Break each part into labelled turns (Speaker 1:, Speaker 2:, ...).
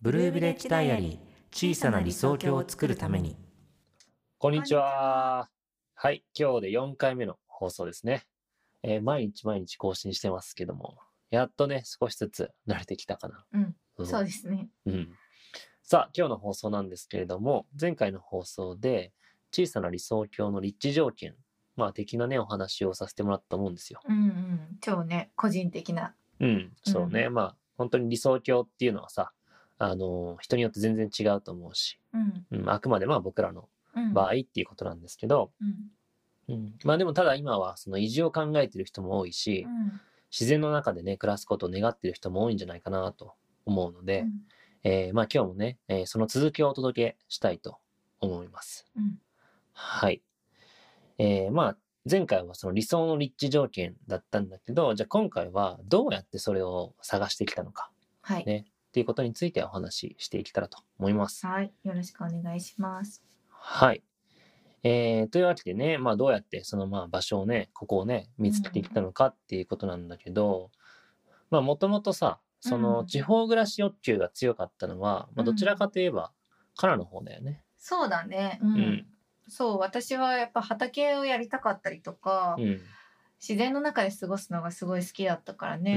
Speaker 1: ブルービレッジダイアリー小さな理想郷を作るために
Speaker 2: こんにちは。はい、今日で4回目の放送ですね。えー毎日毎日更新してますけども、やっとね、少しずつ慣れてきたかな。
Speaker 3: うん、
Speaker 2: うん
Speaker 3: そうですね。
Speaker 2: うん。さあ、今日の放送なんですけれども、前回の放送で、小さな理想郷の立地条件、まあ、的なね、お話をさせてもらったと思うんですよ。
Speaker 3: うんうん、超ね、個人的な。
Speaker 2: うん、そうね。まあ、本当に理想郷っていうのはさ、あの人によって全然違うと思うし、
Speaker 3: うん、
Speaker 2: うん、あくまでまあ僕らの
Speaker 3: うん、
Speaker 2: 場合っていうことなんですけど、
Speaker 3: うん、
Speaker 2: うん、まあでもただ今はその移住を考えてる人も多いし、
Speaker 3: うん、
Speaker 2: 自然の中でね暮らすことを願ってる人も多いんじゃないかなと思うので、
Speaker 3: うん
Speaker 2: えーまあ今日もね、えーその続きをお届けしたいと思います。
Speaker 3: うん
Speaker 2: はい。えーまあ前回はその理想の立地条件だったんだけどじゃあ今回はどうやってそれを探してきたのか
Speaker 3: はい、
Speaker 2: ねっていうことについてお話ししていけたらと思います。
Speaker 3: はい、よろしくお願いします。
Speaker 2: はい。えーというわけでね、まあ、どうやってそのまあ場所をねここをね見つけてきたのかっていうことなんだけど、まあもともとさそうの
Speaker 3: ん
Speaker 2: 地方暮らし欲求が強かったのは、まあ、どちらかといえばカナの方だよね。
Speaker 3: そうだね。うん。
Speaker 2: うん
Speaker 3: そう、私はやっぱ畑をやりたかったりとか、
Speaker 2: うん、
Speaker 3: 自然の中で過ごすのがすごい好きだったから
Speaker 2: うん、うんう
Speaker 3: ね。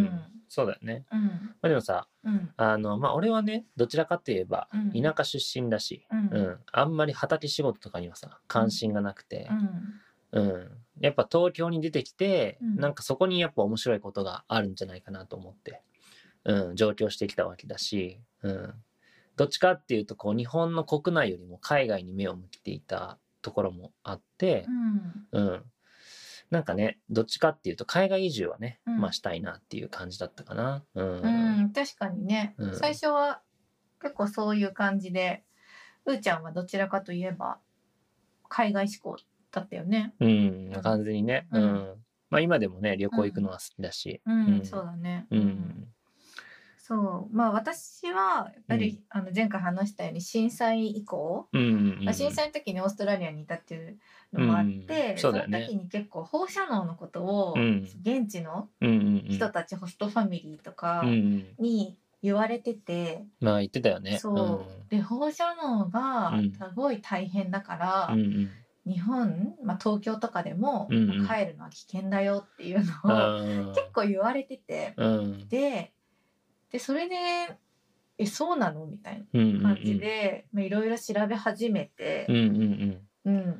Speaker 2: んそうだよね。
Speaker 3: うん、
Speaker 2: まあ、でもさ
Speaker 3: うん、
Speaker 2: あの、まあ、俺はねどちらかといえば
Speaker 3: うん
Speaker 2: 田舎出身だし、
Speaker 3: うん、
Speaker 2: うんあんまり畑仕事とかにはさ関心がなくて
Speaker 3: う、ん、
Speaker 2: うん、やっぱ東京に出てきて、
Speaker 3: うん
Speaker 2: なんかそこにやっぱ面白いことがあるんじゃないかなと思って、うん、上京してきたわけだし、うん、どっちかっていうとこう日本の国内よりも海外に目を向けていたところもあって
Speaker 3: う、ん、
Speaker 2: うん、なんかねどっちかっていうと海外移住はね、
Speaker 3: うん
Speaker 2: まあ、したいなっていう感じだったかな。うん
Speaker 3: うん、確かにね、
Speaker 2: うん
Speaker 3: 最初は結構そういう感じで、うーちゃんはどちらかといえば海外志向だったよね。
Speaker 2: うん完全にね、う
Speaker 3: うんん
Speaker 2: まあ、今でもね旅行行くのは好きだし。
Speaker 3: うん、
Speaker 2: うん
Speaker 3: そうだね。
Speaker 2: うん
Speaker 3: そう、まあ私はやっぱ
Speaker 2: うん
Speaker 3: り、あの前回話したように震災以降、
Speaker 2: うんうんうん
Speaker 3: まあ震災の時にオーストラリアにいたっていうのもあって、
Speaker 2: うんそうだよね
Speaker 3: の時に結構放射能のことを、
Speaker 2: うん
Speaker 3: 現地の
Speaker 2: うんうんうん
Speaker 3: 人たち、ホストファミリーとか
Speaker 2: うんうん
Speaker 3: に言われてて、
Speaker 2: まあ言ってたよね。
Speaker 3: そう、で放射能が
Speaker 2: うん
Speaker 3: すごい大変だから、
Speaker 2: うんうん
Speaker 3: 日本、まあ、東京とかでも、
Speaker 2: うんうん
Speaker 3: まあ帰るのは危険だよっていう
Speaker 2: うん
Speaker 3: のを
Speaker 2: あー
Speaker 3: 結構言われてて、
Speaker 2: うん
Speaker 3: ででそれでえそうなのみたい
Speaker 2: うんうん
Speaker 3: な感じでまあいろいろ調べ始めて
Speaker 2: うん、うん
Speaker 3: うん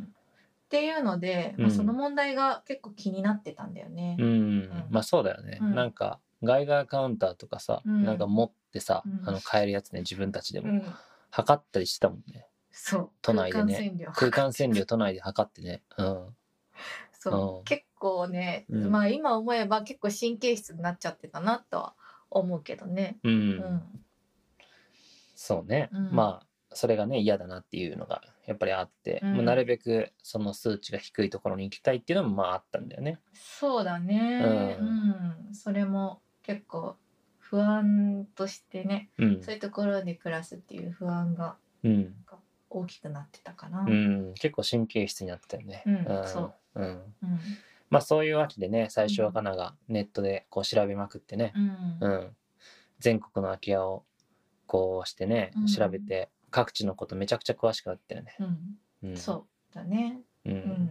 Speaker 3: っていうので、ま
Speaker 2: う
Speaker 3: あ、
Speaker 2: ん
Speaker 3: その問題が結構気になってたんだよね。
Speaker 2: うんうんまあそうだよね、
Speaker 3: うん
Speaker 2: なんかガイガーカウンターとかさ、
Speaker 3: うん
Speaker 2: なんか持ってさ、
Speaker 3: うん
Speaker 2: あの買えるやつね自分たちで
Speaker 3: う
Speaker 2: も、
Speaker 3: ん、
Speaker 2: 測ったりしてたもんね
Speaker 3: そう
Speaker 2: 都内でね
Speaker 3: 空間占領
Speaker 2: 空間線量都内で測ってねうん
Speaker 3: そううん結構ね、
Speaker 2: うん
Speaker 3: まあ今思えば結構神経質になっちゃってたなとは思うけどね。
Speaker 2: うん、
Speaker 3: うん
Speaker 2: そうね、
Speaker 3: うん
Speaker 2: まあそれがね嫌だなっていうのがやっぱりあって、
Speaker 3: うん
Speaker 2: まあなるべくその数値が低いところに行きたいっていうのもまああったんだよね
Speaker 3: そうだね、
Speaker 2: う
Speaker 3: うんんそれも結構不安としてね、
Speaker 2: うん
Speaker 3: そういうところで暮らすっていう不安が
Speaker 2: うん
Speaker 3: 大きくなってたかな。
Speaker 2: う、ん、結構神経質になってたよね、、
Speaker 3: うんそう
Speaker 2: うん、
Speaker 3: うん
Speaker 2: まあそういうわけでね最初はかながネットでこう調べまくってね、
Speaker 3: うん
Speaker 2: うん全国の空き家をこうしてね
Speaker 3: うん
Speaker 2: 調べて、各地のことめちゃくちゃ詳しくなったよね。
Speaker 3: うん
Speaker 2: うん
Speaker 3: そうだね、
Speaker 2: うん
Speaker 3: うん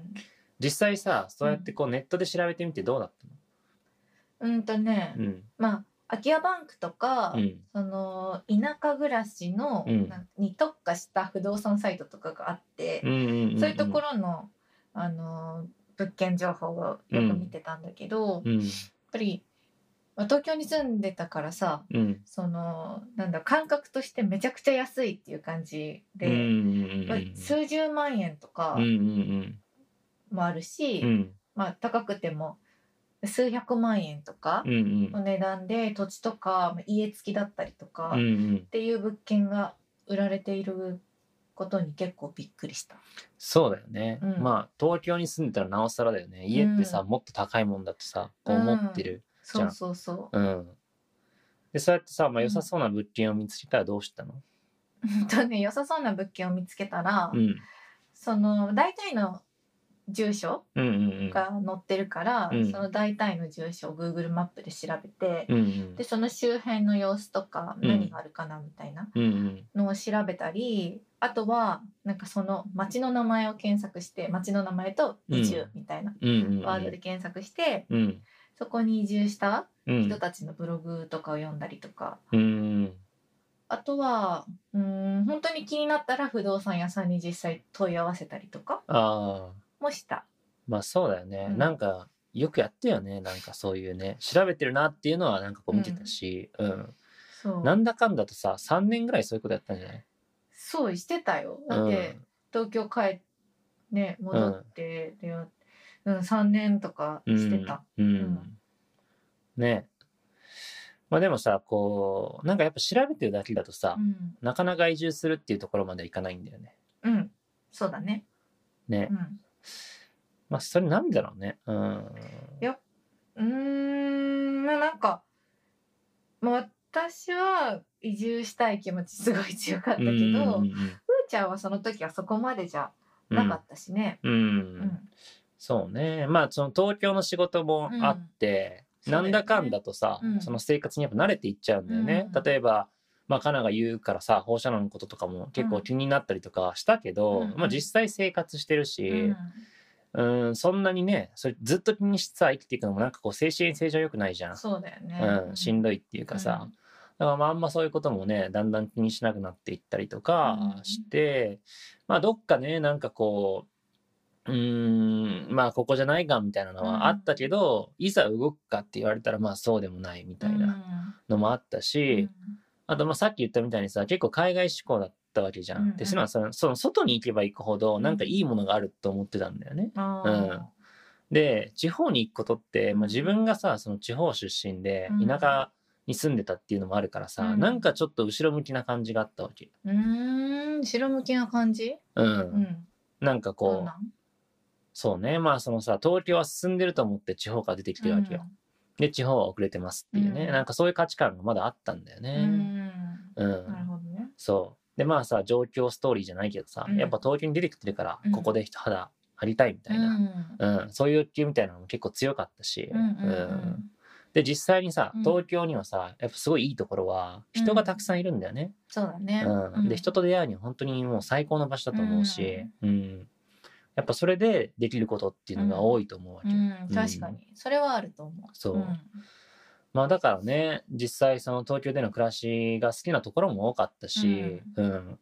Speaker 2: 実際さそうやってこうネットで調べてみてどうだっ
Speaker 3: うんとね
Speaker 2: た、の、うん
Speaker 3: まあ空き家バンクとか、
Speaker 2: うん
Speaker 3: その田舎暮らしの、
Speaker 2: うん
Speaker 3: なに特化した不動産サイトとかがあって、
Speaker 2: うんうんんん
Speaker 3: そういうところの、あの物件情報をよく見てたんだけど、やっ
Speaker 2: うん
Speaker 3: ぱり、まあ東京に住んでたからさ
Speaker 2: うん
Speaker 3: そのなんだ感覚としてめちゃくちゃ安いっていう感じ
Speaker 2: うんうん
Speaker 3: で、
Speaker 2: うんうん
Speaker 3: まあ数十万円とか
Speaker 2: うんうん
Speaker 3: もあるし、
Speaker 2: うんうん
Speaker 3: まあ、高くても数百万円とか
Speaker 2: うんうん
Speaker 3: の値段で土地とかまあ家付きだったりとか
Speaker 2: うんう
Speaker 3: っ
Speaker 2: ん
Speaker 3: ていう物件が売られていることに結構びっくりした。
Speaker 2: そうだよね、
Speaker 3: うん
Speaker 2: まあ東京に住んでたらなおさらだよね家ってさ、
Speaker 3: うん
Speaker 2: もっと高いもんだとさこう思ってる、じ
Speaker 3: そ
Speaker 2: ゃあ
Speaker 3: うそうそう
Speaker 2: うん。で、そうやってさ、まあ、
Speaker 3: うん
Speaker 2: 良さそうな物件を見つけたらどうしたの
Speaker 3: うんとね良さそうな物件を見つけたら、
Speaker 2: うん。
Speaker 3: その大体の住所
Speaker 2: うんうん
Speaker 3: が載ってるから、
Speaker 2: うん
Speaker 3: その大体の住所を Google マップで調べて、
Speaker 2: うんうん
Speaker 3: でその周辺の様子とか
Speaker 2: うん
Speaker 3: 何があるかなみたいな
Speaker 2: うんうん
Speaker 3: のを調べたり、あとはなんかその町の名前を検索して町の名前と移住みたいな
Speaker 2: うんうんうん
Speaker 3: ワードで検索して、
Speaker 2: うん
Speaker 3: そこに移住した
Speaker 2: うん
Speaker 3: 人たちのブログとかを読んだりとか、
Speaker 2: うん
Speaker 3: あとはうーん本当に気になったら不動産屋さんに実際問い合わせたりとか
Speaker 2: ああ
Speaker 3: もした。
Speaker 2: まあそうだよね、
Speaker 3: うん
Speaker 2: なんかよくやってよねなんかそういうね調べてるなっていうのはなんかこう見てたし、うん
Speaker 3: そう
Speaker 2: なんだかんだとさ3年ぐらいそういうことやったんじゃない
Speaker 3: そうしてたよ。だって、東京帰っね戻って、でうん、3年とか
Speaker 2: うん、
Speaker 3: してた。
Speaker 2: うん、
Speaker 3: ん
Speaker 2: ねまあでもさこうなんかやっぱ調べてるだけだとさ、
Speaker 3: うん、
Speaker 2: なかなか移住するっていうところまではいかないんだよね
Speaker 3: うんそうだね。
Speaker 2: ね、
Speaker 3: うん
Speaker 2: まあそれなんでだろうねうん
Speaker 3: やっうーんまあなんか、まあ、私は移住したい気持ちすごい強かったけど、
Speaker 2: う
Speaker 3: ふ
Speaker 2: んうん
Speaker 3: ーちゃんはその時はそこまでじゃ
Speaker 2: うん
Speaker 3: なかったしね。
Speaker 2: うん、
Speaker 3: う
Speaker 2: うん、そうねまあその東京の仕事もあって、
Speaker 3: うん
Speaker 2: なんだかんだとさそ,、
Speaker 3: そうだよねうん
Speaker 2: の生活にやっぱ慣れていっちゃうんだよね、
Speaker 3: うん
Speaker 2: 例えばまあカナが言うからさ放射能のこととかも結構気になったりとかしたけど、
Speaker 3: うん
Speaker 2: まあ実際生活してるし、
Speaker 3: うん
Speaker 2: うんそんなにねそれずっと気にしてさ生きていくのもなんかこう精神衛生上良くないじゃん、
Speaker 3: そうだよね。
Speaker 2: うん、しん
Speaker 3: ど
Speaker 2: どいっていうかさ、だからまああんまそういうこともねだんだん気にしなくなっていったりとか
Speaker 3: うん
Speaker 2: して、まあどっかねなんかこううーんまあここじゃないかみたいなのはあったけど、いざ動くかって言われたらまあそうでもないみたいなのもあったし、あとまあさっき言ったみたいにさ結構海外志向だったわけじゃん。
Speaker 3: うんうん
Speaker 2: でそのそのその外に行けば行くほどなんかいいものがあると思ってたんだよね。
Speaker 3: あ
Speaker 2: で地方に行くことって、まあ、自分がさその地方出身で
Speaker 3: うん
Speaker 2: 田舎に住んでたっていうのもあるからさ、
Speaker 3: うん
Speaker 2: なんかちょっと後ろ向きな感じがあったわけ。
Speaker 3: ーうん、うーん白向きな感じ、
Speaker 2: うん
Speaker 3: うん、
Speaker 2: なんか
Speaker 3: ど
Speaker 2: こ
Speaker 3: ん
Speaker 2: う
Speaker 3: なん
Speaker 2: そうねまあそのさ東京は進んでると思って地方から出てきてるわけよ。で地方は遅れてますっていうね、
Speaker 3: うん
Speaker 2: なんかそういう価値観がまだあったんだよ
Speaker 3: うんう
Speaker 2: ね。
Speaker 3: ん
Speaker 2: うん
Speaker 3: なるほどね。
Speaker 2: そうでまあさ状況ストーリーじゃないけどさ、
Speaker 3: うん
Speaker 2: やっぱ東京に出てきてるから、
Speaker 3: うん
Speaker 2: ここで一肌張りたいみたいな、うんそういう欲求みたいなのも結構強かったし。
Speaker 3: うんうんうん
Speaker 2: うんで実際にさ
Speaker 3: うん
Speaker 2: 東京にはさ、やっぱすごいいいところは
Speaker 3: うん
Speaker 2: 人がたくさんいるんだよね。
Speaker 3: そうだね
Speaker 2: う。ん
Speaker 3: うん
Speaker 2: で人と出会うには本当にもう最高の場所だと思うし、うんやっぱそれでできることっていうのが多いと思うわけ。
Speaker 3: うん、確かに、それはあると思う。
Speaker 2: そうんまあだからね実際その東京での暮らしが好きなところも多かったし、うん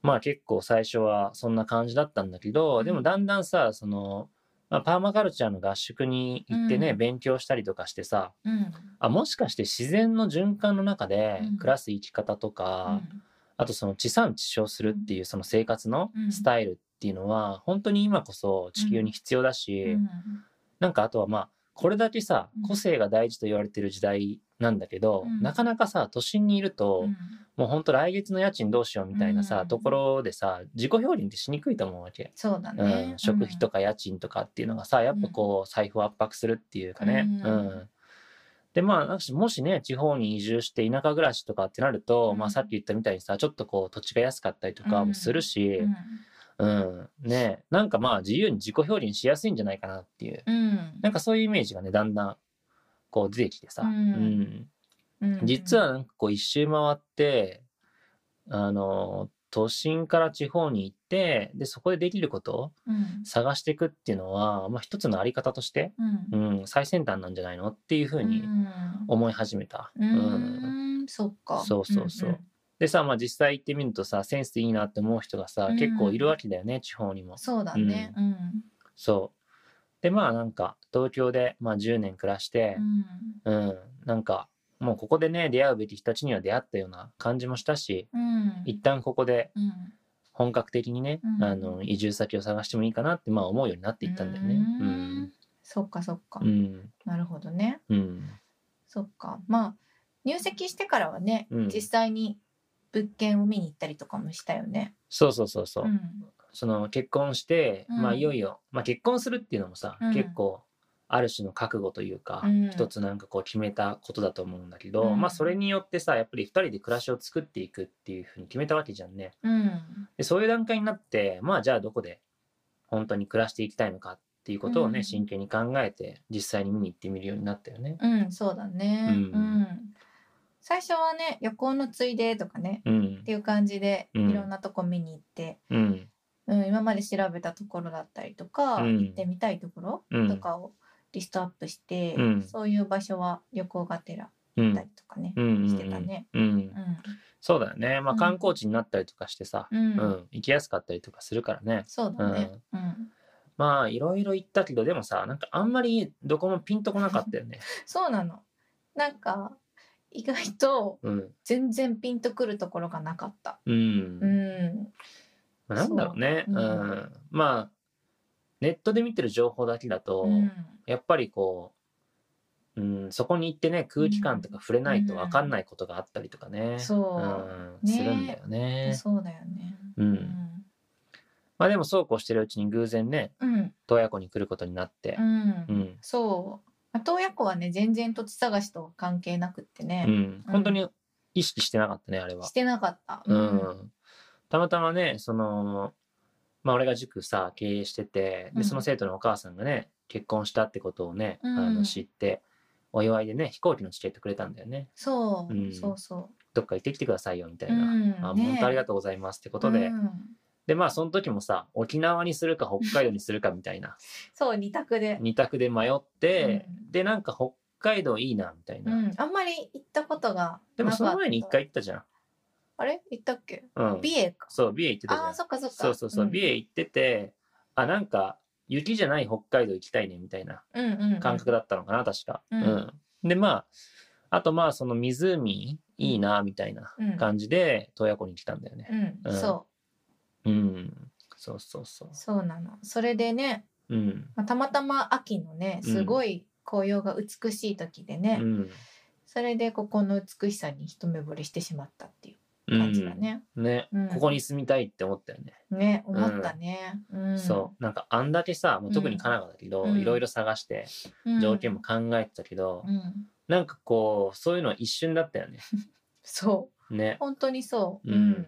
Speaker 2: まあ結構最初はそんな感じだったんだけど、
Speaker 3: うん
Speaker 2: でもだんだんさその、まあ、パーマカルチャーの合宿に行ってね、
Speaker 3: うん
Speaker 2: 勉強したりとかしてさ、
Speaker 3: うん、
Speaker 2: あもしかして自然の循環の中で
Speaker 3: うん
Speaker 2: 暮らす生き方とか、あとその地産地消するっていうその生活の
Speaker 3: うん
Speaker 2: スタイルっていうのは本当に今こそ地球に必要だし、
Speaker 3: うん
Speaker 2: なんかあとはまあこれだけさ
Speaker 3: うん
Speaker 2: 個性が大事と言われてる時代なんだけど、
Speaker 3: うん
Speaker 2: なかなかさ都心にいると、
Speaker 3: うん
Speaker 2: もう本当来月の家賃どうしようみたいなさ、
Speaker 3: うん
Speaker 2: ところでさ自己表現ってしにくいと思うわけ。
Speaker 3: そうだ
Speaker 2: う
Speaker 3: ね
Speaker 2: ん、。食費と
Speaker 3: か、
Speaker 2: か家賃とかっていうのがさやっぱこう財布を圧迫するっていうかね、う
Speaker 3: うんん
Speaker 2: でまあなんかもしね地方に移住して田舎暮らしとかってなると、
Speaker 3: うん
Speaker 2: まあ、さっき言ったみたいにさちょっとこう土地が安かったりとかもするし、
Speaker 3: うん
Speaker 2: うんねなんかまあ自由に自己表現しやすいんじゃないかなっていう
Speaker 3: うん
Speaker 2: なんかそういうイメージがねだんだんこう出てきてさ、
Speaker 3: うんうん
Speaker 2: うん実はなんかこう一周回ってあの都心から地方に行ってでそこでできること
Speaker 3: うん
Speaker 2: 探していくっていうのは、まあ、一つのあり方として、
Speaker 3: うん
Speaker 2: うん、最先端なんじゃないのっていうふうに思い始めた。
Speaker 3: う
Speaker 2: うん
Speaker 3: ん、うんそっか。
Speaker 2: そうそうそうでさ、まあ、実際行ってみるとさセンスいいなって思う人がさ
Speaker 3: うん
Speaker 2: 結構いるわけだよね、地方にも。
Speaker 3: そうだね。うん。
Speaker 2: そうでまあなんか東京で、まあ、10年暮らして
Speaker 3: う、ん
Speaker 2: うんなんかもうここでね出会うべき人たちには出会ったような感じもしたし
Speaker 3: うん
Speaker 2: 一旦ここで
Speaker 3: うん
Speaker 2: 本格的にね、
Speaker 3: うん
Speaker 2: あの移住先を探してもいいかなって、まあ、思うようになっていったんだよね。
Speaker 3: うそっかそっか
Speaker 2: う。ん
Speaker 3: なるほどね。
Speaker 2: うん
Speaker 3: そっか。まあ入籍してからはね、
Speaker 2: うん
Speaker 3: 実際に物件を見に行ったりとかもしたよね。
Speaker 2: そうそうそうそう、
Speaker 3: うん
Speaker 2: その結婚して、
Speaker 3: うん
Speaker 2: まあいよいよ、まあ、結婚するっていうのもさ、
Speaker 3: うん
Speaker 2: 結構ある種の覚悟というか、
Speaker 3: うん
Speaker 2: 一つなんかこう決めたことだと思うんだけど、
Speaker 3: うん
Speaker 2: まあそれによってさやっぱり2人で暮らしを作っていくっていうふうに決めたわけじゃんね
Speaker 3: うん
Speaker 2: でそういう段階になってまあじゃあどこで本当に暮らしていきたいのかっていうことをね、
Speaker 3: うん
Speaker 2: 真剣に考えて実際に見に行ってみるようになったよね。
Speaker 3: うん、そうだね。
Speaker 2: う
Speaker 3: うんん。最初はね、旅行のついでとかね、
Speaker 2: うん
Speaker 3: っていう感じで、
Speaker 2: うん
Speaker 3: いろんなとこ見に行って、
Speaker 2: うん
Speaker 3: うん、今まで調べたところだったりとか、
Speaker 2: うん
Speaker 3: 行ってみたいところ
Speaker 2: うん
Speaker 3: とかをリストアップして、
Speaker 2: うん
Speaker 3: そういう場所は旅行がてら
Speaker 2: う
Speaker 3: 行った
Speaker 2: ん
Speaker 3: りとかね、
Speaker 2: うん
Speaker 3: してたね。
Speaker 2: うん
Speaker 3: うん、
Speaker 2: そうだよね、まあ、
Speaker 3: うん
Speaker 2: 観光地になったりとかしてさ、
Speaker 3: うん
Speaker 2: うん行きやすかったりとかするからね
Speaker 3: そうだね。うん、
Speaker 2: まあいろいろ行ったけどでもさなんかあんまりどこもピンとこなかったよね。
Speaker 3: そうなの。なんか意外と
Speaker 2: うん
Speaker 3: 全然ピンとくるところがなかった。
Speaker 2: うん
Speaker 3: うん、
Speaker 2: まあなんだろうね
Speaker 3: そう
Speaker 2: う、
Speaker 3: うん
Speaker 2: ん、まあネットで見てる情報だけだと、
Speaker 3: うん、
Speaker 2: やっぱりこう、うん、そこに行ってね空気感とか触れないと分かんないことがあったりとかね、
Speaker 3: そう
Speaker 2: うん、
Speaker 3: ね
Speaker 2: するんだよね。
Speaker 3: そうだよね。
Speaker 2: う
Speaker 3: うんん、
Speaker 2: まあ、でもそうこうしてるうちに偶然ね
Speaker 3: うん、
Speaker 2: 洞爺湖に来ることになって
Speaker 3: う、ん、
Speaker 2: うん
Speaker 3: そう。まあ洞爺湖はね、全然土地探しとは関係なくって
Speaker 2: う
Speaker 3: ね、
Speaker 2: ん、本当に意識してなかったねあれは
Speaker 3: し。てなかった。
Speaker 2: うん、たまたまねそのまあ俺が塾さ経営してて
Speaker 3: う
Speaker 2: で
Speaker 3: ん
Speaker 2: その生徒のお母さんがね結婚したってことをね、
Speaker 3: うん
Speaker 2: あの知ってお祝いでね飛行機のチケットくれたんだよね
Speaker 3: そう、
Speaker 2: うん
Speaker 3: そうそ。
Speaker 2: どっか行ってきてくださいよみたいう
Speaker 3: う
Speaker 2: な、
Speaker 3: ん、
Speaker 2: あ
Speaker 3: ね
Speaker 2: 本当ありがとうございますってことで、
Speaker 3: うん
Speaker 2: でまあその時もさ沖縄にするか北海道にするかみたいな
Speaker 3: そう、二択で。
Speaker 2: 二択で迷って、
Speaker 3: う
Speaker 2: でなんか北海道いいなみたいな、
Speaker 3: うん、あんまり行ったことが
Speaker 2: でもその前に一
Speaker 3: なかった
Speaker 2: 回行ったじゃん、
Speaker 3: あれ行ったっけ、
Speaker 2: うん、
Speaker 3: 美瑛か
Speaker 2: そう美瑛行ってたじゃ
Speaker 3: あ
Speaker 2: ん
Speaker 3: あーそっかそっか
Speaker 2: そうそうそう、
Speaker 3: ん
Speaker 2: 美瑛行ってて、あ、なんか、雪じゃない北海道行きたいね、みたいな
Speaker 3: うんうんうん
Speaker 2: 感覚だったのかな、確か。
Speaker 3: うん
Speaker 2: うんで、まあ、あとまあ、その湖、いいな、みたいな
Speaker 3: うん
Speaker 2: 感じで、洞爺湖に来たんだよね。
Speaker 3: うん、
Speaker 2: うん
Speaker 3: そ
Speaker 2: うん。そうそうそう
Speaker 3: う。そうなのそれでね、
Speaker 2: うん。
Speaker 3: まあ、たまたま秋のね
Speaker 2: うん
Speaker 3: すごい紅葉が美しい時でね、
Speaker 2: うん。
Speaker 3: それでここの美しさに一目惚れしてしまったっていう
Speaker 2: う
Speaker 3: 感じだ
Speaker 2: ん。
Speaker 3: ね、
Speaker 2: ね
Speaker 3: うん
Speaker 2: ここに住みたいって思ったよね。
Speaker 3: ね思ったね、うん
Speaker 2: そう。なんか、あんだけさ、もう特に神奈川だけど、
Speaker 3: うん
Speaker 2: いろいろ探して、
Speaker 3: うん、
Speaker 2: 条件も考えてたけど、
Speaker 3: うん
Speaker 2: なんかこう、そういうのは一瞬だったよね。
Speaker 3: そう
Speaker 2: ね。
Speaker 3: 本当にそう、
Speaker 2: うん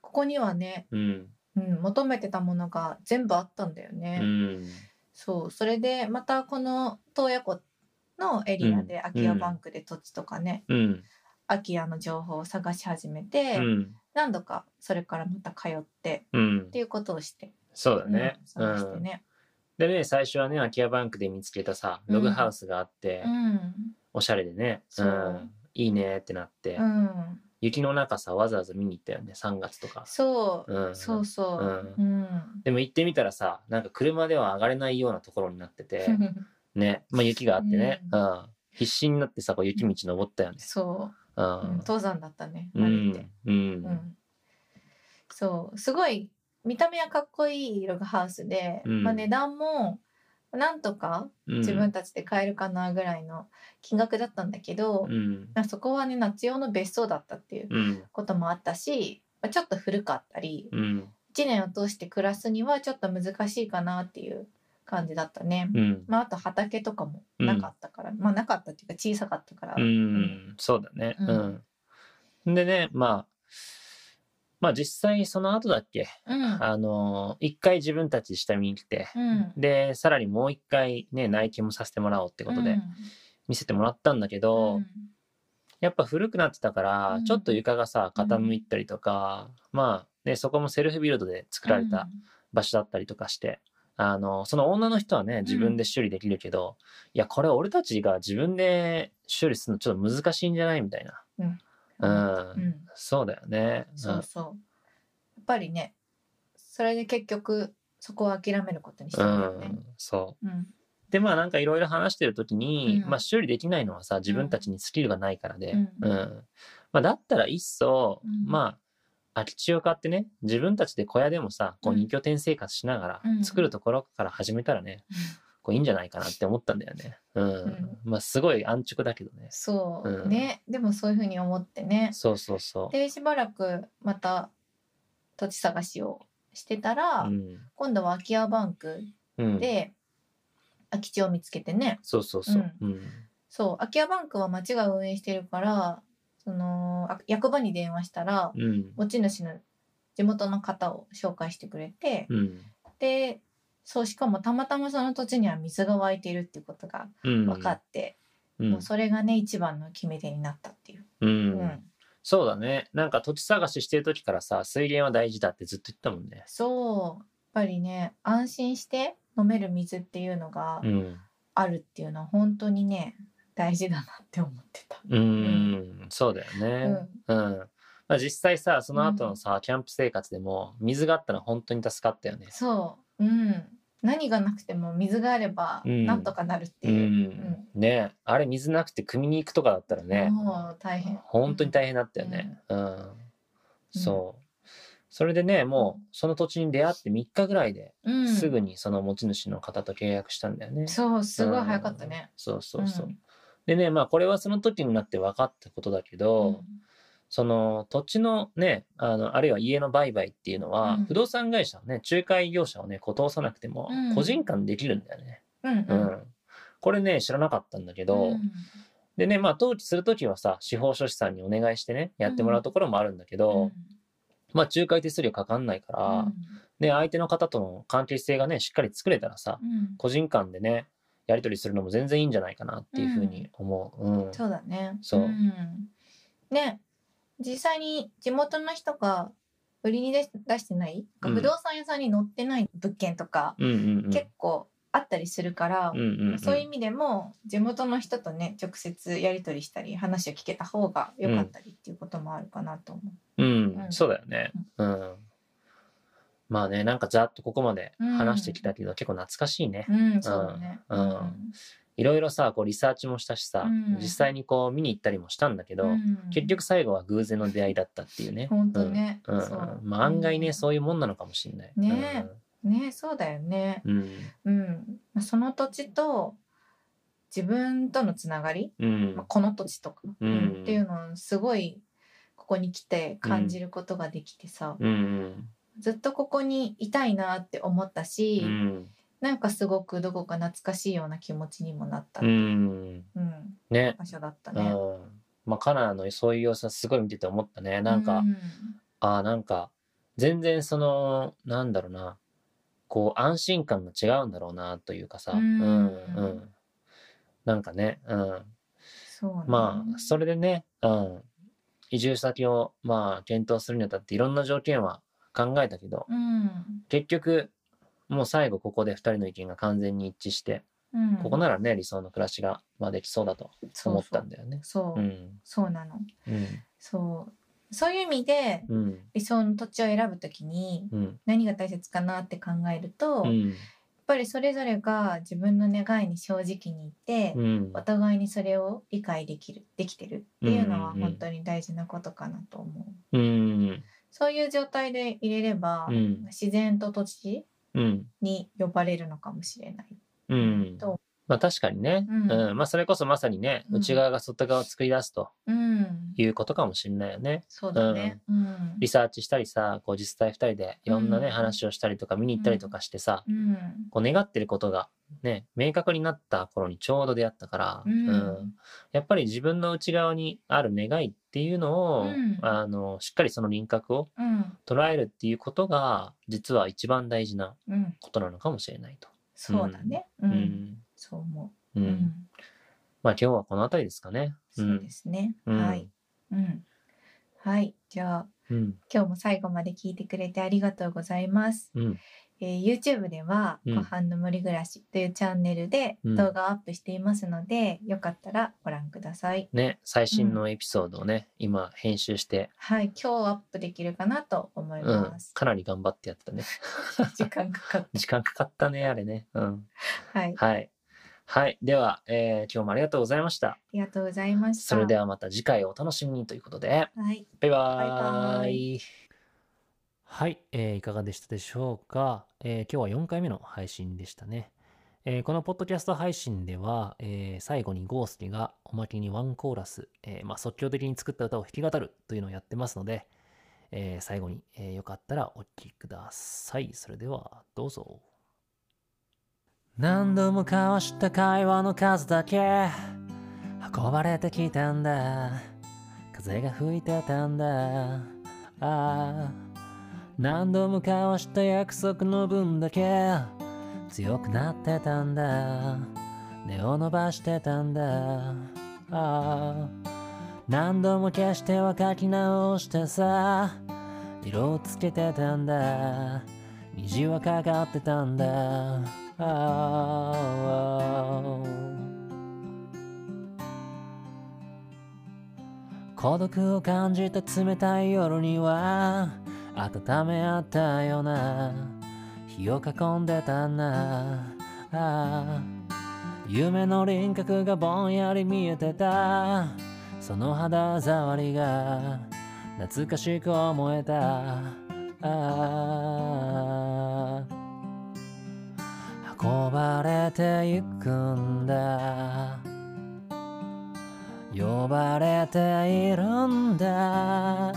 Speaker 3: ここにはね、
Speaker 2: うん。
Speaker 3: うん、求めてたものが全部あったんだよね、
Speaker 2: うん。
Speaker 3: そうそれでまたこの洞爺湖のエリアで空き家バンクで土地とかね、
Speaker 2: うん。
Speaker 3: 空き家の情報を探し始めて、
Speaker 2: うん。
Speaker 3: 何度かそれからまた通って
Speaker 2: うん
Speaker 3: っていうことをして、
Speaker 2: そうだね。
Speaker 3: うん探して
Speaker 2: うん
Speaker 3: ね、
Speaker 2: でね、最初はね、空き家バンクで見つけたさ、
Speaker 3: うん
Speaker 2: ログハウスがあって、
Speaker 3: うん
Speaker 2: おしゃれでね、う、
Speaker 3: そうん
Speaker 2: いいねってなって、
Speaker 3: うん、
Speaker 2: 雪の中さ、わざわざ見に行ったよね、3月とか。
Speaker 3: そう、
Speaker 2: うん
Speaker 3: そうそう、
Speaker 2: う
Speaker 3: うん、
Speaker 2: でも行ってみたらさ、なんか車では上がれないようなところになってて、ね、まあ雪があってね、う、
Speaker 3: うん
Speaker 2: 必死になってさ、こう雪道登ったよね。
Speaker 3: そうう、うん
Speaker 2: ん。
Speaker 3: 登山だったね
Speaker 2: う
Speaker 3: 歩いて
Speaker 2: ん。、うん
Speaker 3: う、ん、そうすごい見た目はかっこいいログハウスで、
Speaker 2: うん
Speaker 3: まあ、値段もなんとか
Speaker 2: うん
Speaker 3: 自分たちで買えるかなぐらいの金額だったんだけど
Speaker 2: う、ん、
Speaker 3: まあそこはね夏用の別荘だったっていう
Speaker 2: うん、
Speaker 3: こともあったし、まあちょっと古かったり
Speaker 2: うん、
Speaker 3: 1年を通して暮らすにはちょっと難しいかなっていう感じだったね。
Speaker 2: うん、
Speaker 3: まあ、あと畑とかもなかったから、まあなかったっていうか小さかったから、
Speaker 2: うん、そうだね。
Speaker 3: う
Speaker 2: うん
Speaker 3: ん。
Speaker 2: でね、まあ、まあ実際その後だっけ、
Speaker 3: うん
Speaker 2: あの、一回自分たち下見に来て、
Speaker 3: うん
Speaker 2: で、さらにもう一回ね、内見もさせてもらおうってことで、見せてもらったんだけ
Speaker 3: う
Speaker 2: ど、
Speaker 3: ん
Speaker 2: やっぱ古くなってたから、
Speaker 3: うん
Speaker 2: ちょっと床がさ、傾いたりとか、まあ、ね、そこもセルフビルドで作られた場所だったりとかして、あの、その女の人はね、自分で修理できるけど、いや、これ俺たちが自分で修理するのちょっと難しいんじゃないみたいな。
Speaker 3: うん
Speaker 2: うん
Speaker 3: うん
Speaker 2: そうだよね。
Speaker 3: そうそうやっぱりねそれで結局そこを諦めることにした
Speaker 2: うん
Speaker 3: だよ
Speaker 2: ん、う
Speaker 3: ね。
Speaker 2: ん、そう。
Speaker 3: うん
Speaker 2: でまあなんかいろいろ話してる時に、
Speaker 3: うん
Speaker 2: まあ修理できないのはさ自分たちにスキルがないからで、
Speaker 3: うん
Speaker 2: まあ、だったらいっそ、
Speaker 3: うん
Speaker 2: まあ空き地を買ってね自分たちで小屋でもさこう
Speaker 3: うん
Speaker 2: 二拠点生活しながら
Speaker 3: うん
Speaker 2: 作るところから始めたらね、こういいんじゃないかなって思ったんだよね。うん
Speaker 3: ん
Speaker 2: まあすごい安直だけどね。
Speaker 3: そう、
Speaker 2: うん
Speaker 3: ねでもそういうふうに思ってね
Speaker 2: そうそうそう。
Speaker 3: でしばらくまた土地探しをしてたら、
Speaker 2: うん
Speaker 3: 今度は空き家バンク
Speaker 2: うん、
Speaker 3: で空き地を見つけてね
Speaker 2: そうそうそう。うん
Speaker 3: そう空き家バンクは町が運営してるからそのあ役場に電話したら
Speaker 2: うん
Speaker 3: 持ち主の地元の方を紹介してくれて、
Speaker 2: うん
Speaker 3: でそうしかもたまたまその土地には水が湧いているっていうことが
Speaker 2: うん
Speaker 3: 分かって、
Speaker 2: うん
Speaker 3: もうそれがね一番の決め手になったっていう。
Speaker 2: うん
Speaker 3: うん
Speaker 2: そうだねなんか土地探ししてる時からさ水源は大事だってずっと言ったもんね
Speaker 3: そうやっぱりね安心して飲める水っていうのが
Speaker 2: うん
Speaker 3: あるっていうのは本当にね大事だなって思ってた。
Speaker 2: うん、そうだよねうん、まあ、実際さその後のさ、キャンプ生活でも水があったら本当に助かったよね
Speaker 3: そう、うん、何がなくても水があれば
Speaker 2: うん
Speaker 3: なんとかなるって
Speaker 2: うん、
Speaker 3: いう、
Speaker 2: ねあれ水なくて汲みに行くとかだったらね
Speaker 3: もう大変
Speaker 2: 本当に大変だったよねうん、そうそれでねもうその土地に出会って3日ぐらいで
Speaker 3: 変、うん、
Speaker 2: すぐにその持ち主の方と契約したんだよね、
Speaker 3: そうすごい早かったね
Speaker 2: うん。そうそうそう、
Speaker 3: ん
Speaker 2: でねまあこれはその時になって分かったことだけど、その土地のねあのあるいは家の売買っていうのは、
Speaker 3: うん
Speaker 2: 不動産会社をね仲介業者をねこう通さなくても
Speaker 3: うん
Speaker 2: 個人間できるんだよね、
Speaker 3: うんう
Speaker 2: うん
Speaker 3: ん
Speaker 2: これね知らなかったんだけど、
Speaker 3: うん
Speaker 2: でねまあ登記する時はさ司法書士さんにお願いしてねやってもらうところもあるんだけど、まあ仲介手数料かかんないから、ね相手の方との関係性がねしっかり作れたらさ
Speaker 3: うんうん
Speaker 2: 個人間でねやり取りするのも全然いいんじゃないかなっていうふうに思う。うん
Speaker 3: そうだね。、
Speaker 2: そうん
Speaker 3: ね実際に地元の人が売りに出し出してない、
Speaker 2: うん
Speaker 3: 不動産屋さんに載ってない物件とか、
Speaker 2: うんうんうん
Speaker 3: 結構あったりするから、
Speaker 2: うんうんうん
Speaker 3: そういう意味でも地元の人とね直接やり取りしたり話を聞けた方が良かったりっていうこともあるかなと思う。
Speaker 2: うん
Speaker 3: うん
Speaker 2: そうだよね。うん。まあね、なんかざっとここまで話してきたけど、結構懐かしいね。
Speaker 3: うん、そうだね。
Speaker 2: うんいろいろさ、こうリサーチもしたしさ、
Speaker 3: うん
Speaker 2: 実際にこう見に行ったりもしたんだけど、
Speaker 3: うん
Speaker 2: 結局最後は偶然の出会いだったっていうね。
Speaker 3: 本当ね
Speaker 2: うん。う
Speaker 3: そ
Speaker 2: ん
Speaker 3: う
Speaker 2: まあ案外ね、
Speaker 3: うん
Speaker 2: そういうもんなのかもしれない。
Speaker 3: ねねそうだよね。
Speaker 2: うん。
Speaker 3: うん、まあその土地と自分とのつながり、
Speaker 2: うん。うん
Speaker 3: まあ、この土地とか、
Speaker 2: うん
Speaker 3: っていうのをすごいここに来て感じることができてさ、
Speaker 2: うん。
Speaker 3: ずっとここにいたいなって思ったし、
Speaker 2: うん。
Speaker 3: なんかすごくどこか懐かしいような気持ちにもなった、
Speaker 2: う
Speaker 3: うん
Speaker 2: ん。ね。
Speaker 3: 場所だった
Speaker 2: う
Speaker 3: ね。
Speaker 2: ん。まあカナダのそういう様子はすごい見てて思ったね。なんか、ああなんか全然そのなんだろうなこう安心感が違うんだろうなというかさ
Speaker 3: うー
Speaker 2: うん
Speaker 3: ん
Speaker 2: うんなんかねうん
Speaker 3: そうね
Speaker 2: まあそれでねうん移住先をまあ検討するにあたっていろんな条件は考えたけど
Speaker 3: うん
Speaker 2: 結局もう最後ここで2人の意見が完全に一致して
Speaker 3: うん、
Speaker 2: ここならね理想の暮らしがまあできそうだと思ったんだよね。
Speaker 3: そうそう,、
Speaker 2: うん
Speaker 3: そうなの
Speaker 2: うん
Speaker 3: そうそういう意味で
Speaker 2: うん
Speaker 3: 理想の土地を選ぶときに
Speaker 2: うん
Speaker 3: 何が大切かなって考えると、
Speaker 2: う
Speaker 3: やっ
Speaker 2: ん
Speaker 3: ぱりそれぞれが自分の願いに正直にいて、
Speaker 2: うん
Speaker 3: お互いにそれを理解できるできてるっていうのは
Speaker 2: うんうんうん
Speaker 3: 本当に大事なことかなと思う、
Speaker 2: うん
Speaker 3: そういう状態で入れれば、
Speaker 2: うん
Speaker 3: 自然と土地
Speaker 2: うん
Speaker 3: に呼ばれるのかもしれない、
Speaker 2: うん
Speaker 3: と
Speaker 2: まあ確かにね、
Speaker 3: うん
Speaker 2: うんまあ、それこそまさにね、
Speaker 3: うん
Speaker 2: 内側が外側を作り出すと
Speaker 3: うん、
Speaker 2: いうことかもしれないよね。
Speaker 3: そうだね、うん
Speaker 2: リサーチしたりさこう実際2人でいろんなね、
Speaker 3: うん
Speaker 2: 話をしたりとか見に行ったりとかしてさ、
Speaker 3: うん
Speaker 2: こう願ってることがね明確になった頃にちょうど出会ったから、
Speaker 3: うん
Speaker 2: やっぱり自分の内側にある願いっていうのを、
Speaker 3: うん
Speaker 2: あのしっかりその輪郭を
Speaker 3: うん
Speaker 2: 捉えるっていうことが実は一番大事な
Speaker 3: うん
Speaker 2: ことなのかもしれないと。
Speaker 3: そうだね、うん
Speaker 2: うん
Speaker 3: そう思
Speaker 2: う
Speaker 3: う、うん
Speaker 2: んまあ今日はこの辺りですかね。
Speaker 3: そうですね、
Speaker 2: うん
Speaker 3: はい、うん、はいじゃあ
Speaker 2: うん
Speaker 3: 今日も最後まで聞いてくれてありがとうございます
Speaker 2: うん
Speaker 3: えー YouTube では「
Speaker 2: うん
Speaker 3: ご飯の森暮らし」というチャンネルで
Speaker 2: うん
Speaker 3: 動画をアップしていますので、よかったらご覧ください。
Speaker 2: ね、最新のエピソードをね、今編集して、
Speaker 3: はい、今日アップできるかなと思い
Speaker 2: うん
Speaker 3: ます、。
Speaker 2: かなり頑張ってやってた ね。
Speaker 3: 時間かかっ
Speaker 2: 時間かかったね、あれね。うん。
Speaker 3: た。はい、あ
Speaker 2: はい。はい。では、えー今日もありがとうございました。
Speaker 3: りがとうございました。
Speaker 2: それではまた次回をお楽しみにということで、
Speaker 3: はい。
Speaker 2: バイバ
Speaker 3: バイバ
Speaker 2: ー
Speaker 3: イ
Speaker 2: イ。はい、えーいかがでしたでしょうか、えー今日は4回目の配信でしたね。えーこのポッドキャスト配信では、えー最後にゴースケがおまけにワンコーラス、えーまあ、即興的に作った歌を弾き語るというのをやってますので、えー最後に、えーよかったらお聴きください。それではどうぞ。何度も交わした会話の数だけ運ばれてきたんだ風が吹いてたんだああ何度も交わした約束の分だけ強くなってたんだ根を伸ばしてたんだああ何度も消しては書き直してさ色をつけてたんだ虹はかかってたんだああ孤独を感じた冷たい夜には温め合ったよな火を囲んでたなああ夢の輪郭がぼんやり見えてたその肌触りが懐かしく思えたああ運ばれてゆくんだ呼ばれているんだ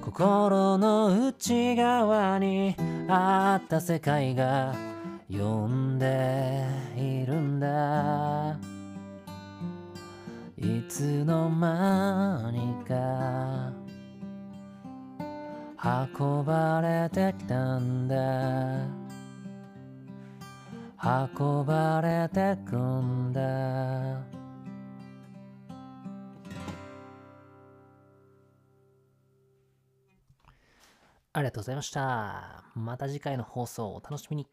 Speaker 2: 心の内側にあった世界が呼んでいるんだいつの間にか運ばれてきたんだ運ばれてくんだありがとうございました。また次回の放送をお楽しみに。